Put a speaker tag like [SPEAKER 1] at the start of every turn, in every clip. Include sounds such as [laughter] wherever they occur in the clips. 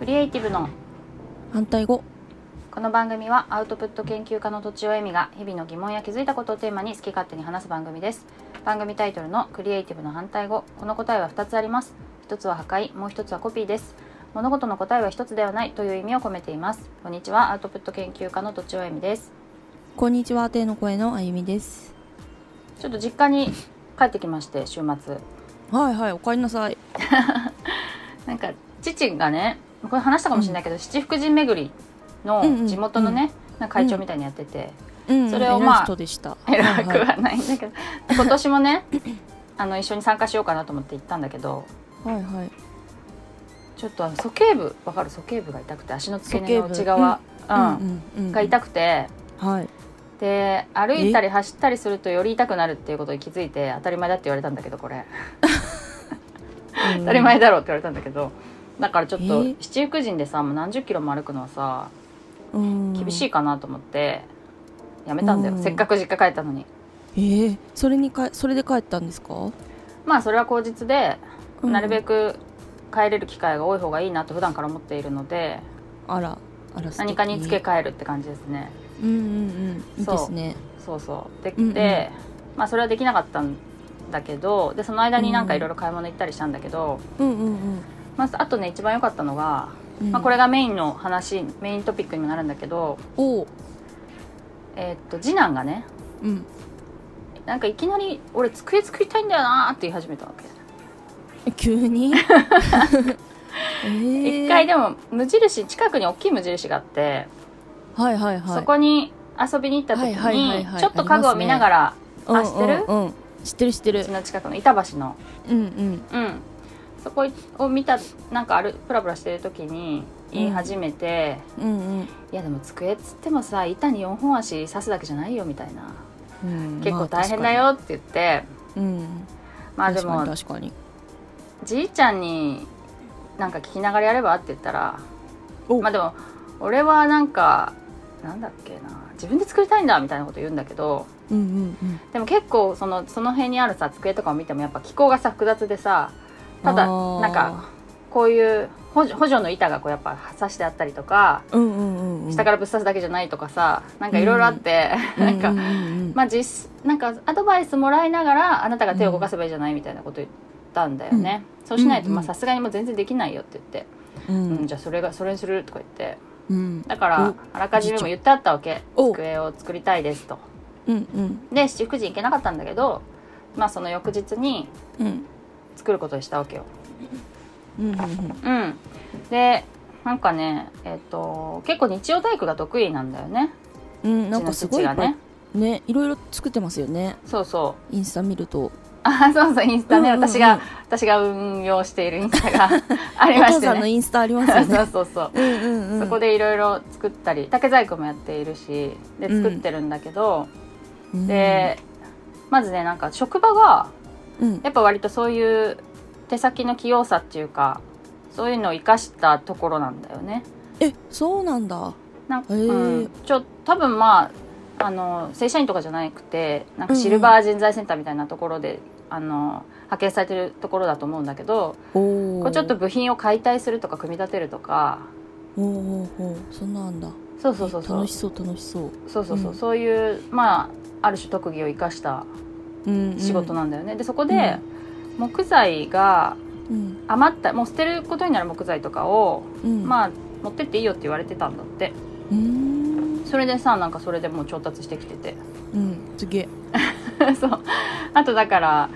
[SPEAKER 1] ティブの
[SPEAKER 2] 反対語
[SPEAKER 1] この番組はアウトプット研究家のとちおえみが日々の疑問や気づいたことをテーマに好き勝手に話す番組です番組タイトルのクリエイティブの反対語この答えは2つあります一つは破壊もう一つはコピーです物事の答えは一つではないという意味を込めていますこんにちはアウトプット研究家のとちおえみです
[SPEAKER 2] こんにちはての声のあゆみです
[SPEAKER 1] ちょっと実家に帰ってきまして週末
[SPEAKER 2] はいはいおかえりなさい
[SPEAKER 1] なんか父がねこれ話したかもしれないけど、七福神巡り
[SPEAKER 2] うんう
[SPEAKER 1] の
[SPEAKER 2] ん
[SPEAKER 1] 地元のね、なんか会長みたいにやってて、
[SPEAKER 2] うん
[SPEAKER 1] それをまあ
[SPEAKER 2] 偉い人でした
[SPEAKER 1] 偉く
[SPEAKER 2] はいは
[SPEAKER 1] はないんだけど、今年もね [coughs] あの一緒に参加しようかなと思って行ったんだけど
[SPEAKER 2] いはいはい
[SPEAKER 1] ちょっとあの鼠径部わかる鼠径部が痛くて足の付け根の
[SPEAKER 2] 鼠径部
[SPEAKER 1] 内側、うん
[SPEAKER 2] うんうんうん
[SPEAKER 1] が痛くて
[SPEAKER 2] はい
[SPEAKER 1] で歩いたり走ったりするとより痛くなるっていうことに気づいて当たり前だって言われたんだけどこれ
[SPEAKER 2] 当
[SPEAKER 1] 当たり前だろうって言われたんだけどだからちょっと
[SPEAKER 2] え
[SPEAKER 1] 七福神でさもう何十キロも歩くのはさ厳
[SPEAKER 2] 厳
[SPEAKER 1] しいかなと思ってやめたんだよ、
[SPEAKER 2] うん
[SPEAKER 1] せっかく実家帰ったのに
[SPEAKER 2] えーそれにかそれで帰ったんですか
[SPEAKER 1] まあそれは口実で
[SPEAKER 2] うん
[SPEAKER 1] なるべく帰れる機会が多い方がいいなと普段から思っているので
[SPEAKER 2] あらあら素敵
[SPEAKER 1] 何かにつけ替えるって感じですね
[SPEAKER 2] うんうんうんいい
[SPEAKER 1] そう
[SPEAKER 2] ですね
[SPEAKER 1] そうそうで,、
[SPEAKER 2] うんうん
[SPEAKER 1] でまあそれはできなかったんだけどでその間になんかいろいろ買い物行ったりしたんだけど、
[SPEAKER 2] うんうん
[SPEAKER 1] まあ、あとね一番良かったのが、
[SPEAKER 2] うん
[SPEAKER 1] まあ、これがメインの話メイントピックにもなるんだけど、
[SPEAKER 2] おう
[SPEAKER 1] えーっと次男がね
[SPEAKER 2] うん [laughs]
[SPEAKER 1] なんかいきなり「俺机作りたいんだよな」って言い始めたわけ
[SPEAKER 2] 急
[SPEAKER 1] [laughs]
[SPEAKER 2] にえー
[SPEAKER 1] 一回でも無印近くに大きい無印があって、
[SPEAKER 2] はいはいはい
[SPEAKER 1] そこに遊びに行った時
[SPEAKER 2] はいはいはい
[SPEAKER 1] に
[SPEAKER 2] はい
[SPEAKER 1] ちょっと家具を見ながら、
[SPEAKER 2] うんうん
[SPEAKER 1] あ知ってる
[SPEAKER 2] うん知ってる知って
[SPEAKER 1] う
[SPEAKER 2] る
[SPEAKER 1] ちの近くの板橋の
[SPEAKER 2] うんうん
[SPEAKER 1] うんそこを見たなんかあるプラプラしてる時に言い始めて、
[SPEAKER 2] うんうん
[SPEAKER 1] いやでも机っつってもさ板に4本足刺すだけじゃないよみたいな
[SPEAKER 2] うん
[SPEAKER 1] 結構大変だ、よって言って、
[SPEAKER 2] まあ確かにうん、
[SPEAKER 1] まあ、でも
[SPEAKER 2] 確かに確かに
[SPEAKER 1] じいちゃんになんか聞きながらやればって言ったら
[SPEAKER 2] お
[SPEAKER 1] まあでも俺はなんかなんだっけな自分で作りたいんだみたいなこと言うんだけど
[SPEAKER 2] うんうんうん
[SPEAKER 1] でも結構そのその辺にあるさ机とかを見てもやっぱ気候がさ複雑でさただ
[SPEAKER 2] あー
[SPEAKER 1] なんかこういう補助補助の板がこうやっぱ刺してあったりとか
[SPEAKER 2] うんうんうんうん
[SPEAKER 1] 下からぶっ刺すだけじゃないとかさなんかいろいろあって、なんか、
[SPEAKER 2] うんうんうん
[SPEAKER 1] まあ実なんかアドバイスもらいながらあなたが手を動かせばいいじゃないみたいなこと言ったんだよね、そうしないと
[SPEAKER 2] うんうん
[SPEAKER 1] まあさすがにもう全然できないよって言って、
[SPEAKER 2] う
[SPEAKER 1] うん
[SPEAKER 2] ん
[SPEAKER 1] じゃあそれがそれにするとか言って
[SPEAKER 2] うん
[SPEAKER 1] だからあらかじめも言ってあったわけ
[SPEAKER 2] お
[SPEAKER 1] 机を作りたいですと
[SPEAKER 2] うんうん
[SPEAKER 1] で七福神行けなかったんだけどまあその翌日に
[SPEAKER 2] うん
[SPEAKER 1] 作ることにしたわけよ
[SPEAKER 2] うんうんうん
[SPEAKER 1] うんでなんかねえっ、と結構日曜体育が得意なんだよね
[SPEAKER 2] うん
[SPEAKER 1] う
[SPEAKER 2] な
[SPEAKER 1] ち
[SPEAKER 2] んか
[SPEAKER 1] の
[SPEAKER 2] すご
[SPEAKER 1] 父
[SPEAKER 2] い
[SPEAKER 1] がね
[SPEAKER 2] ねいろいろ作ってますよね
[SPEAKER 1] そうそう [laughs]
[SPEAKER 2] インスタ見ると
[SPEAKER 1] あそうそうインスタね、
[SPEAKER 2] うんうんうん
[SPEAKER 1] 私が私が運用しているインスタ
[SPEAKER 2] [laughs]
[SPEAKER 1] があ
[SPEAKER 2] お
[SPEAKER 1] りまし
[SPEAKER 2] 父
[SPEAKER 1] て
[SPEAKER 2] さんの
[SPEAKER 1] ね
[SPEAKER 2] インスタあります
[SPEAKER 1] そ [laughs]
[SPEAKER 2] よ
[SPEAKER 1] うそ
[SPEAKER 2] ね
[SPEAKER 1] うそうそう、
[SPEAKER 2] うんうんうん
[SPEAKER 1] そこでいろいろ作ったり竹細工もやっているしで
[SPEAKER 2] うん
[SPEAKER 1] 作ってるんだけど、
[SPEAKER 2] うん
[SPEAKER 1] でまずねなんか職場が
[SPEAKER 2] うん
[SPEAKER 1] やっぱ割とそういう手先の器用さっていうかそういうのを生かしたところなんだよね。
[SPEAKER 2] えそうなんだ
[SPEAKER 1] なんか、
[SPEAKER 2] へー
[SPEAKER 1] うん、ちょ多分まああの正社員とかじゃなくてなんかシルバー人材センターみたいなところで、あの派遣されてるところだと思うんだけど
[SPEAKER 2] おお
[SPEAKER 1] こうちょっと部品を解体するとか組み立てるとか
[SPEAKER 2] おおおおそんなんだ
[SPEAKER 1] そうそうそうそう
[SPEAKER 2] 楽しそう楽しそう
[SPEAKER 1] そうそうそう、
[SPEAKER 2] うん
[SPEAKER 1] そういうまあある種特技を生かした
[SPEAKER 2] うんうん
[SPEAKER 1] 仕事なんだよね。でそこで、木材が
[SPEAKER 2] うん
[SPEAKER 1] 余ったもう捨てることになる木材とかを、
[SPEAKER 2] うんあ
[SPEAKER 1] まあ持ってっていいよって言われてたんだって
[SPEAKER 2] うん
[SPEAKER 1] それでさなんかそれでもう調達してきてて
[SPEAKER 2] うんすげ
[SPEAKER 1] [laughs]
[SPEAKER 2] え
[SPEAKER 1] そうあとだから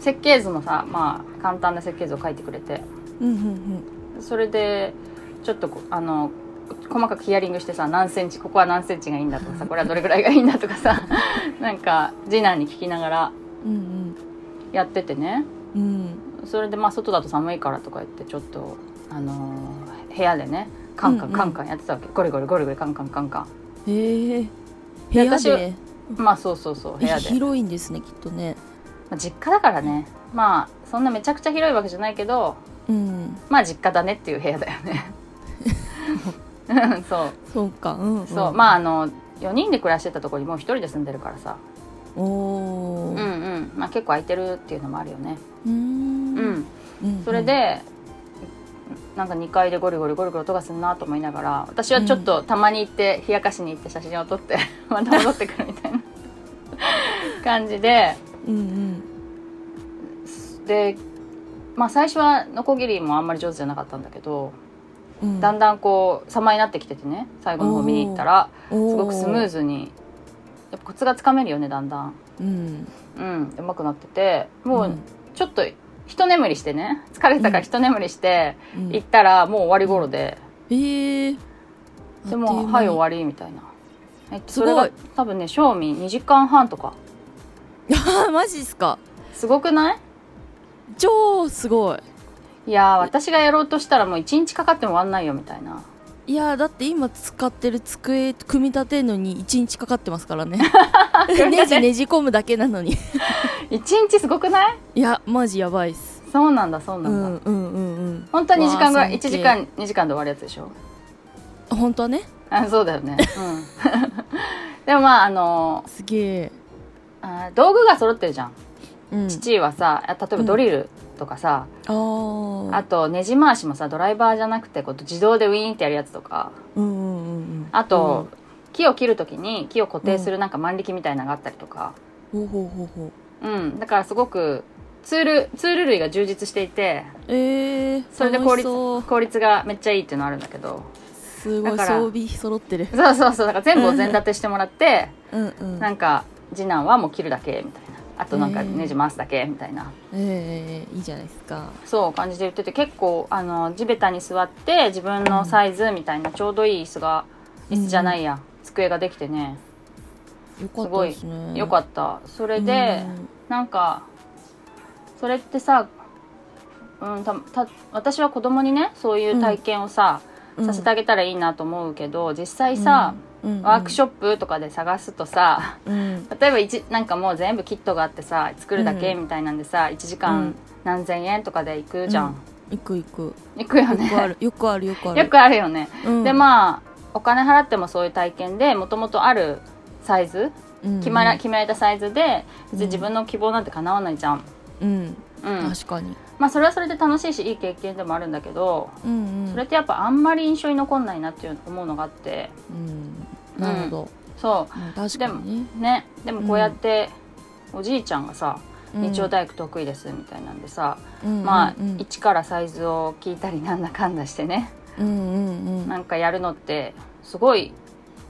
[SPEAKER 1] 設計図もさまあ簡単な設計図を書いてくれて
[SPEAKER 2] うんうん
[SPEAKER 1] それでちょっとこあの細かくヒアリングしてさ何センチここは何センチがいいんだとか
[SPEAKER 2] [laughs]
[SPEAKER 1] さこれはどれぐらいがいいんだとかさ [laughs] なんか次男に聞きながら
[SPEAKER 2] うんうん
[SPEAKER 1] やっててね
[SPEAKER 2] うんうん
[SPEAKER 1] それでまあ外だと寒いからとか言ってちょっとあのー部屋でねカンカ
[SPEAKER 2] うん
[SPEAKER 1] ン
[SPEAKER 2] うん
[SPEAKER 1] カンカンやってたわけ、ゴリゴリゴリゴリカンカンカンカン
[SPEAKER 2] へえ部屋
[SPEAKER 1] 私
[SPEAKER 2] で
[SPEAKER 1] まあそうそうそう部屋で、ま
[SPEAKER 2] 広いんですねきっとね
[SPEAKER 1] あ、実家だからねまあそんなめちゃくちゃ広いわけじゃないけど
[SPEAKER 2] うん
[SPEAKER 1] まあ実家だねっていう部屋だよねうんそう
[SPEAKER 2] そうかうんん
[SPEAKER 1] そう、まああの4人で暮らしてたところにもう1人で住んでるからさ
[SPEAKER 2] おお
[SPEAKER 1] うんうんまあ結構空いてるっていうのもあるよね
[SPEAKER 2] う
[SPEAKER 1] うんんそれで、なんか2階でゴリゴリゴリゴリ音がするなと思いながら私はちょっとたまに行って冷やかしに行って写真を撮って [laughs] また戻ってくるみたいな感じで
[SPEAKER 2] うん
[SPEAKER 1] で、まあ、最初はノコギリもあんまり上手じゃなかったんだけど
[SPEAKER 2] うん
[SPEAKER 1] だんだんこう様になってきててね最後の方見に行ったら
[SPEAKER 2] す
[SPEAKER 1] すごくスムーズにやっぱコツがつかめるよねだんだん。
[SPEAKER 2] うん
[SPEAKER 1] うん、うまくなってても
[SPEAKER 2] う
[SPEAKER 1] うんちょっと一眠りしてね疲れてたから一眠りして
[SPEAKER 2] うん
[SPEAKER 1] 行ったらもう終わり頃で、
[SPEAKER 2] ええ [laughs]
[SPEAKER 1] でもうはい終
[SPEAKER 2] わ
[SPEAKER 1] わりみたいなえっと
[SPEAKER 2] す
[SPEAKER 1] そ
[SPEAKER 2] ごい
[SPEAKER 1] れが多分ね賞味2時間半とか
[SPEAKER 2] りマジっすか
[SPEAKER 1] すごくない
[SPEAKER 2] 超すごい
[SPEAKER 1] いやー私がやろうとしたらもう1日かかっても終わんないよみたいない
[SPEAKER 2] やだって今使ってる机組み立てるのに1日かかってますか
[SPEAKER 1] [laughs]
[SPEAKER 2] らね [laughs]
[SPEAKER 1] み
[SPEAKER 2] ね
[SPEAKER 1] 立て
[SPEAKER 2] じねじ込むだけなのに
[SPEAKER 1] 1日すごくない
[SPEAKER 2] いやマジやばいっす
[SPEAKER 1] そうなんだそう
[SPEAKER 2] う
[SPEAKER 1] なんだ、
[SPEAKER 2] んうんうんうん
[SPEAKER 1] 本当は2時間ぐらい
[SPEAKER 2] わあ
[SPEAKER 1] 1
[SPEAKER 2] 尊敬
[SPEAKER 1] 時間2時間で終わるやつでしょ
[SPEAKER 2] 本当はね
[SPEAKER 1] あそうだよねうん [laughs] でもまああの
[SPEAKER 2] すげえ、
[SPEAKER 1] あー道具が揃ってるじゃん
[SPEAKER 2] うん、
[SPEAKER 1] 父はさあ例えばドリルとかさ、
[SPEAKER 2] あー
[SPEAKER 1] あとねじ回しもさドライバーじゃなくてこう自動でウィーンってやるやつとか
[SPEAKER 2] うんうんうんうん
[SPEAKER 1] あと、、木を切る時に木を固定するなんか万力みたいなのがあったりとか、
[SPEAKER 2] うん、ほうほうほうほう
[SPEAKER 1] うん、だからすごくツールツール類が充実していて
[SPEAKER 2] ええー、
[SPEAKER 1] それで効率
[SPEAKER 2] 楽しそう
[SPEAKER 1] 効率がめっちゃいいっていうのあるんだけど
[SPEAKER 2] すご
[SPEAKER 1] だ
[SPEAKER 2] い装
[SPEAKER 1] から
[SPEAKER 2] 備揃ってる
[SPEAKER 1] そうそうそうだから全部を全立てしてもらって、
[SPEAKER 2] うんうん
[SPEAKER 1] なんか次男はもう切るだけみたいなあとなんか
[SPEAKER 2] うん
[SPEAKER 1] ねじ回すだけみたいな、
[SPEAKER 2] ええいいじゃないですか
[SPEAKER 1] そう感じで言ってて結構あの地べたに座って自分のサイズみたいなちょうどいい椅子が椅子じゃないや、机ができてね
[SPEAKER 2] よかったですね
[SPEAKER 1] よか
[SPEAKER 2] っ
[SPEAKER 1] ったそ
[SPEAKER 2] た
[SPEAKER 1] れで、なんかそれってさ、うん、たた私は子供にねそういう体験をさ、させてあげたらいいなと思うけど実際さ、ワークシ
[SPEAKER 2] ョッ
[SPEAKER 1] ョップとかで探すとさ
[SPEAKER 2] プ、うん
[SPEAKER 1] 例えば一なんかもう全部キットがあってさ作るだけ
[SPEAKER 2] うん
[SPEAKER 1] みたいなんでさ1時
[SPEAKER 2] う
[SPEAKER 1] 間
[SPEAKER 2] ん
[SPEAKER 1] 何千円とかで行くじゃん、
[SPEAKER 2] 行く行く
[SPEAKER 1] 行くよ
[SPEAKER 2] よくあ
[SPEAKER 1] ね
[SPEAKER 2] るよくあるよくある
[SPEAKER 1] よくあるよね、
[SPEAKER 2] うん
[SPEAKER 1] でまあお金払ってもそういう体験でもともとあるサイズ
[SPEAKER 2] うん
[SPEAKER 1] 決まら決められたサイズで別に自
[SPEAKER 2] うん
[SPEAKER 1] 分の希望なんて叶わないじゃん、
[SPEAKER 2] うん
[SPEAKER 1] うん
[SPEAKER 2] 確かに
[SPEAKER 1] まあ、それはそれで楽しいしいい経験でもあるんだけど
[SPEAKER 2] うんうん
[SPEAKER 1] それってやっぱあんまり印象に残んないなっていう思うのがあって
[SPEAKER 2] うんなるほど
[SPEAKER 1] そ
[SPEAKER 2] うん確かにね
[SPEAKER 1] うねでもこうやって、おじいちゃんがさ
[SPEAKER 2] うん
[SPEAKER 1] 日曜大工得意ですみたいなんでさ、
[SPEAKER 2] うん
[SPEAKER 1] まあ、
[SPEAKER 2] うんうん
[SPEAKER 1] 一からサイズを聞いたりなんだかんだしてね
[SPEAKER 2] うんうんうん
[SPEAKER 1] なんかやるのってすごい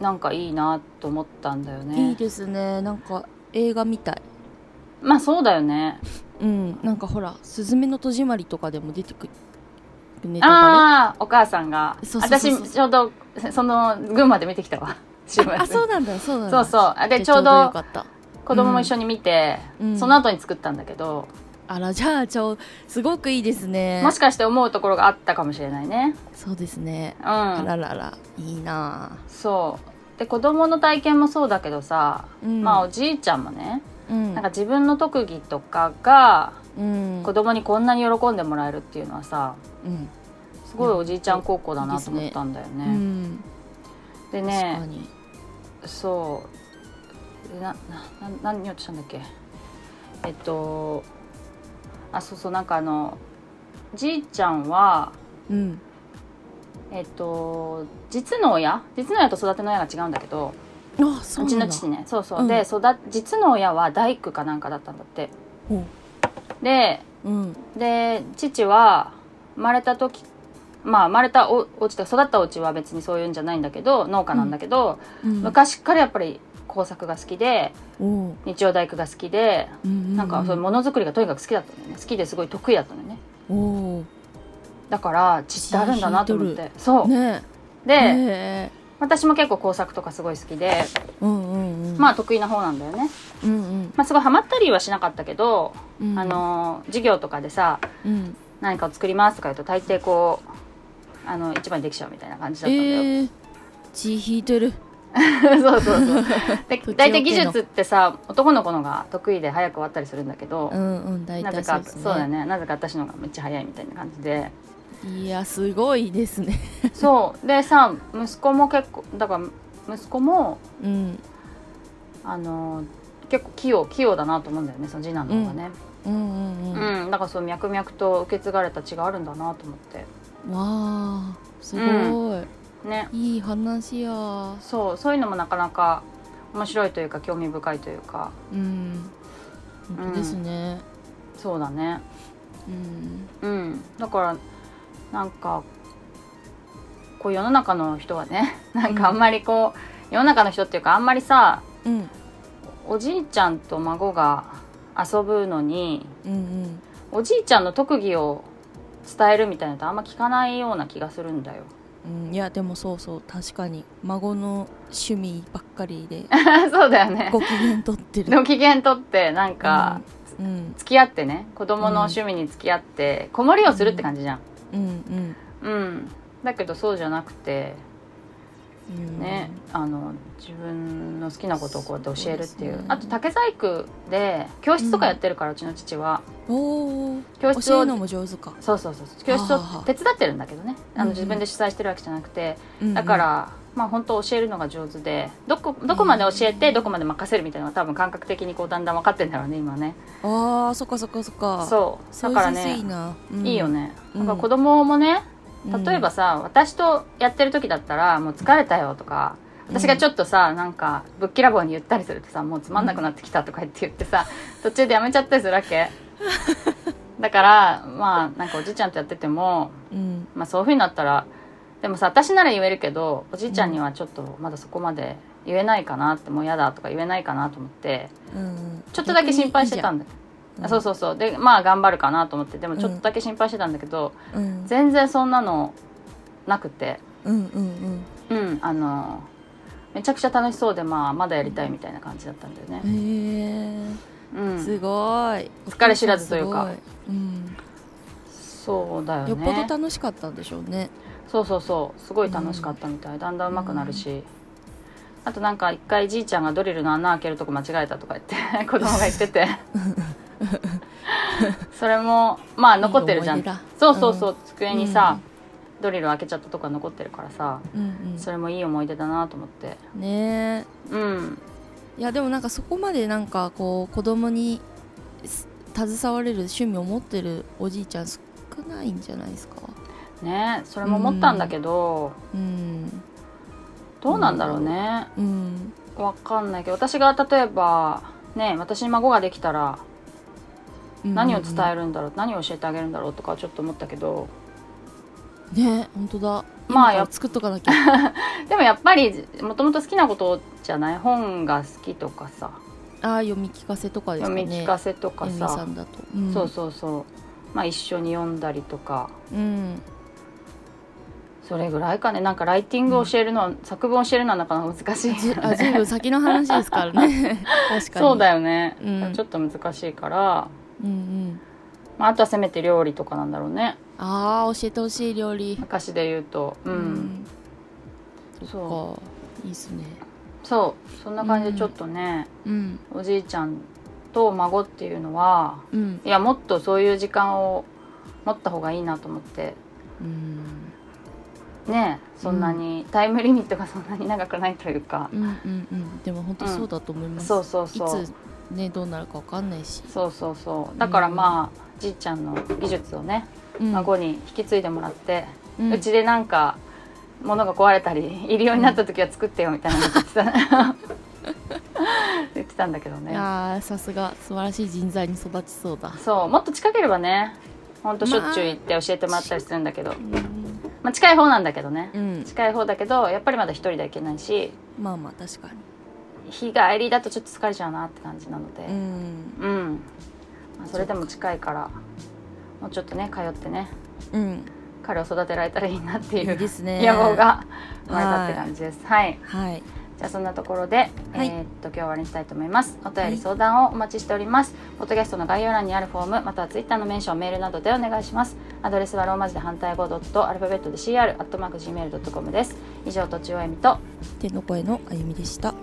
[SPEAKER 1] なんかいいなと思ったんだよね
[SPEAKER 2] いいですねなんか映画みたい
[SPEAKER 1] まあそうだよね
[SPEAKER 2] うんなんかほら「すずめの戸締まり」とかでも出てくるネタバ
[SPEAKER 1] ああお母さんが
[SPEAKER 2] そうそうそうそう
[SPEAKER 1] 私ちょうどその群馬で見てきた
[SPEAKER 2] [laughs]
[SPEAKER 1] わ週末
[SPEAKER 2] レあそうなんだそうなん
[SPEAKER 1] そ
[SPEAKER 2] だ
[SPEAKER 1] うそうあで
[SPEAKER 2] じ
[SPEAKER 1] ち
[SPEAKER 2] ゃ
[SPEAKER 1] ょ
[SPEAKER 2] あ
[SPEAKER 1] う
[SPEAKER 2] よ
[SPEAKER 1] ど
[SPEAKER 2] かった
[SPEAKER 1] 子供も一緒に見て、
[SPEAKER 2] うん
[SPEAKER 1] その後に作ったんだけど、
[SPEAKER 2] あらじゃあちょうすごくいいですね
[SPEAKER 1] もしかして思うところがあったかもしれないね
[SPEAKER 2] そうですね
[SPEAKER 1] うん
[SPEAKER 2] あらららいいな
[SPEAKER 1] そうで子供の体験もそうだけどさ、
[SPEAKER 2] うん
[SPEAKER 1] まあおじいちゃんもね、
[SPEAKER 2] うん
[SPEAKER 1] なんか自分の特技とかが
[SPEAKER 2] うん
[SPEAKER 1] 子供にこんなに喜んでもらえるっていうのはさ
[SPEAKER 2] うん
[SPEAKER 1] すごいおじいちゃん高校だなと思ったんだよ
[SPEAKER 2] う
[SPEAKER 1] ね。
[SPEAKER 2] ん
[SPEAKER 1] で
[SPEAKER 2] 確
[SPEAKER 1] ね
[SPEAKER 2] かに
[SPEAKER 1] そうでななな何をしたんだっけえっとあそうそうなんかあのじいちゃんは
[SPEAKER 2] うん
[SPEAKER 1] えっと実の親実の親と育ての親が違うんだけど
[SPEAKER 2] あそう
[SPEAKER 1] う
[SPEAKER 2] な
[SPEAKER 1] ち
[SPEAKER 2] んだ
[SPEAKER 1] の父ねそうそう、
[SPEAKER 2] うん
[SPEAKER 1] で育実の親は大工かなんかだったんだって
[SPEAKER 2] ほ
[SPEAKER 1] で
[SPEAKER 2] ううん
[SPEAKER 1] で父は生まれた時まあ生まれたおお家とか育ったお家は別にそういうんじゃないんだけど農家なんだけど、
[SPEAKER 2] うん
[SPEAKER 1] 昔からやっぱり工作が好きで
[SPEAKER 2] おう
[SPEAKER 1] 日曜大工が好きで
[SPEAKER 2] うん
[SPEAKER 1] なんかそういうものづくりがとにかく好きだったんだよね好きですごい得意だったのね
[SPEAKER 2] おう
[SPEAKER 1] だから血ってあるんだなと思ってそう、
[SPEAKER 2] ね
[SPEAKER 1] で、
[SPEAKER 2] えね
[SPEAKER 1] 私も結構工作とかすごい好きで
[SPEAKER 2] えうんうんうん
[SPEAKER 1] まあ得意な方なんだよね、
[SPEAKER 2] うん
[SPEAKER 1] まあ、すごいハマったりはしなかったけど、
[SPEAKER 2] うん
[SPEAKER 1] あのー授業とかでさ
[SPEAKER 2] うん
[SPEAKER 1] 何かを作りますとか言うと大抵こうあの一番にできちゃうみたいな感じだったんだよ、
[SPEAKER 2] えー血引いてる
[SPEAKER 1] [laughs] そうそうそう
[SPEAKER 2] [laughs]
[SPEAKER 1] で
[SPEAKER 2] 土地
[SPEAKER 1] 大体
[SPEAKER 2] 置
[SPEAKER 1] 技
[SPEAKER 2] けの
[SPEAKER 1] 術ってさ男の子のが得意で早く終わったりするんだけど、
[SPEAKER 2] うんうん大
[SPEAKER 1] なぜ
[SPEAKER 2] 体
[SPEAKER 1] か
[SPEAKER 2] そ
[SPEAKER 1] そうう
[SPEAKER 2] ですね
[SPEAKER 1] だねなぜか私のがめっちゃ早いみたいな感じで [laughs]
[SPEAKER 2] いやすごいですね
[SPEAKER 1] そうでさ息子も結構だから息子も
[SPEAKER 2] うん
[SPEAKER 1] あの結構器用器用だなと思うんだよねその次男の方がね、
[SPEAKER 2] うんうん
[SPEAKER 1] う
[SPEAKER 2] うん
[SPEAKER 1] んだからそう脈々と受け継がれた血があるんだなと思って
[SPEAKER 2] わあすごい、
[SPEAKER 1] ね
[SPEAKER 2] いい話や
[SPEAKER 1] そうそういうのもなかなか面白いというか興味深いというか
[SPEAKER 2] うん本当ですね
[SPEAKER 1] そうだね
[SPEAKER 2] うん
[SPEAKER 1] うんだからなんかこう世の中の人はね [laughs] なんかあんまりこう、世の中の人っていうかあんまりさ
[SPEAKER 2] うん
[SPEAKER 1] おじいちゃんと孫が遊ぶのに
[SPEAKER 2] うんうん
[SPEAKER 1] おじいちゃんの特技を伝えるみたいなのってあんま聞かないような気がするんだ
[SPEAKER 2] [laughs]
[SPEAKER 1] よ
[SPEAKER 2] うんいやでもそうそう確かに孫の趣味ばっかり
[SPEAKER 1] [laughs]
[SPEAKER 2] で
[SPEAKER 1] そうだよね
[SPEAKER 2] ご機嫌取ってる
[SPEAKER 1] の機嫌取ってなんか、
[SPEAKER 2] うんうん
[SPEAKER 1] 付き合ってね子供の趣味に付き合って子守りをするって感じじゃん
[SPEAKER 2] うん
[SPEAKER 1] うん、だけどそうじゃなくて
[SPEAKER 2] うん
[SPEAKER 1] ね、あの自分の好きなことをこうやって教えるっていう
[SPEAKER 2] そうですね
[SPEAKER 1] あと竹細工で教室とかやってるから、うちの父は
[SPEAKER 2] おお
[SPEAKER 1] 教室
[SPEAKER 2] 教え
[SPEAKER 1] を
[SPEAKER 2] るのも上手か、
[SPEAKER 1] そうそうそうそう教室を
[SPEAKER 2] はあはあ
[SPEAKER 1] 手伝ってるんだけどねあの
[SPEAKER 2] うんうん
[SPEAKER 1] 自分で主催してるわけじゃなくて、
[SPEAKER 2] うんうん
[SPEAKER 1] だから、まあ本当教えるのが上手でどこどこまで教えてどこまで任せるみたいなのが多分感覚的にこうだんだん分かってんだろうね今ね
[SPEAKER 2] あーそっかそっかそっか
[SPEAKER 1] そうだから
[SPEAKER 2] そういう
[SPEAKER 1] ね
[SPEAKER 2] 先生いいな、うん
[SPEAKER 1] いいよね、
[SPEAKER 2] うん
[SPEAKER 1] だから子供もね
[SPEAKER 2] うん
[SPEAKER 1] 例えばさ、私とやってる時だったらもう疲れたよとか
[SPEAKER 2] うん
[SPEAKER 1] 私がちょっとさ、なんかぶっきらぼうに言ったりするとさもうつまんなくなってきたとか言って言ってさ、途中でやめちゃったりするわけだからまあなんかおじいちゃんとやってても、
[SPEAKER 2] うん
[SPEAKER 1] まあ、そういうふうになったらでもさ私なら言えるけどおじいちゃんにはちょっとまだそこまで言えないかなってもう嫌だとか言えないかなと思って
[SPEAKER 2] うん
[SPEAKER 1] ちょっとだけ心配してたんだ
[SPEAKER 2] うん
[SPEAKER 1] そうそうそうでまあ頑張るかなと思ってでもちょっとだけ心配してたんだけど、
[SPEAKER 2] うん
[SPEAKER 1] 全然そんなのなくて
[SPEAKER 2] うんうん
[SPEAKER 1] うんあのめちゃくちゃ楽しそうで、まあ、まだやりたいみたいな感じだったんだよ
[SPEAKER 2] う
[SPEAKER 1] ね、
[SPEAKER 2] んへ
[SPEAKER 1] う
[SPEAKER 2] えす
[SPEAKER 1] ん、
[SPEAKER 2] ごい
[SPEAKER 1] 疲れ知らずというか
[SPEAKER 2] すごいうん
[SPEAKER 1] そうだよね
[SPEAKER 2] よっぽど楽しかったんでしょうね
[SPEAKER 1] そうそうそうすごい楽しかったみたいだんだん上手くなるし、あとなんか一回じいちゃんがドリルの穴開けるとこ間違えたとか言って [laughs] 子供が言って
[SPEAKER 2] [laughs]
[SPEAKER 1] てそれもまあ残ってるじゃん
[SPEAKER 2] いい思い出だ
[SPEAKER 1] そうそうそう、
[SPEAKER 2] うん
[SPEAKER 1] 机にさ、ドリル開けちゃったとこが残ってるからさ
[SPEAKER 2] うん
[SPEAKER 1] それもいい思い出だなと思って
[SPEAKER 2] うんねえ
[SPEAKER 1] うん
[SPEAKER 2] いやでもなんかそこまでなんかこう子供にす携われる趣味を持ってるおじいちゃん少ないんじゃないですか
[SPEAKER 1] ねそれも思ったんだけど、
[SPEAKER 2] うん
[SPEAKER 1] どうなんだろうね、
[SPEAKER 2] うん
[SPEAKER 1] わかんないけど私が例えばね私に孫ができたら何を伝えるんだろう、何を教えてあげるんだろうとかちょっと思ったけど
[SPEAKER 2] るね本当だ
[SPEAKER 1] まあ
[SPEAKER 2] 今から
[SPEAKER 1] やっ
[SPEAKER 2] 作っとかなきゃ [laughs]
[SPEAKER 1] でもやっぱりもともと好きなことじゃない本が好きとかさ
[SPEAKER 2] ああ読み聞かせとかですか
[SPEAKER 1] 読
[SPEAKER 2] ね
[SPEAKER 1] み聞かせとか
[SPEAKER 2] エミさ
[SPEAKER 1] さ、
[SPEAKER 2] んだと、うん
[SPEAKER 1] そうそうそうまあ一緒に読んだりとか
[SPEAKER 2] うん
[SPEAKER 1] それぐらいかねなんかライティングを教えるのは、作文を教えるのはなかなか難しいよね、
[SPEAKER 2] ずあずいぶん先の話ですからね [laughs] 確かに
[SPEAKER 1] そうだ
[SPEAKER 2] よ、
[SPEAKER 1] よね、
[SPEAKER 2] うん
[SPEAKER 1] ちょっと難しいから、
[SPEAKER 2] うんうん、
[SPEAKER 1] まあ、あとはせめて料理とかなんだろうね
[SPEAKER 2] ああ教えてほしい料理
[SPEAKER 1] 昔で言うとうん、そ
[SPEAKER 2] そっかいいっすね
[SPEAKER 1] そうそんな感じでちょっとね、
[SPEAKER 2] うん
[SPEAKER 1] おじいちゃんと孫っていうのは
[SPEAKER 2] うん
[SPEAKER 1] いやもっとそういう時間を持った方がいいなと思って
[SPEAKER 2] うん
[SPEAKER 1] ねえそんなに、タイムリミットがそんなに長くないというか
[SPEAKER 2] う、んうんうんでも本当そうだと思います、
[SPEAKER 1] そうそうそう
[SPEAKER 2] いつねどうなるかわかんないし、
[SPEAKER 1] そうそうそうだからまあ、じいちゃんの技術をね
[SPEAKER 2] うん
[SPEAKER 1] 孫に引き継いでもらって、
[SPEAKER 2] う
[SPEAKER 1] うんちでなんか物が壊れたりいるようになった時は作ってよみたいなこと言ってた、 [laughs] 言ってたんだけど
[SPEAKER 2] い
[SPEAKER 1] ね
[SPEAKER 2] やーさすが素晴らしい人材に育ちそうだ、
[SPEAKER 1] そうもっと近ければねほんとしょっちゅう行って教えてもらったりするんだけど、ま
[SPEAKER 2] うん
[SPEAKER 1] あ、近い方なんだけどね
[SPEAKER 2] うん、
[SPEAKER 1] 近い方だけどやっぱりまだ一人では行けないし
[SPEAKER 2] まあまあ確か
[SPEAKER 1] 日帰りだとちょっと疲れちゃうなって感じなの
[SPEAKER 2] にう
[SPEAKER 1] で
[SPEAKER 2] ん
[SPEAKER 1] うん、まあ、それでも近いからもうちょっとね通ってね
[SPEAKER 2] うん
[SPEAKER 1] 彼を育てられたらいいなってい
[SPEAKER 2] いいうですね
[SPEAKER 1] 野望が生まれたって感じですはい
[SPEAKER 2] はい
[SPEAKER 1] じゃあそんなところで、
[SPEAKER 2] はい
[SPEAKER 1] えーっと今日終わりにしたいと思いますお便
[SPEAKER 2] は
[SPEAKER 1] り
[SPEAKER 2] い
[SPEAKER 1] 相談をお待ちしております、ポッドキャストの概要欄にあるフォームまたはツイッターのメンションメールなどでお願いしますアドレスはローマ字で反対語ドットアルファベットで CR アットマーク Gmail.com です以上とちおえみと
[SPEAKER 2] 天の声のあゆみでした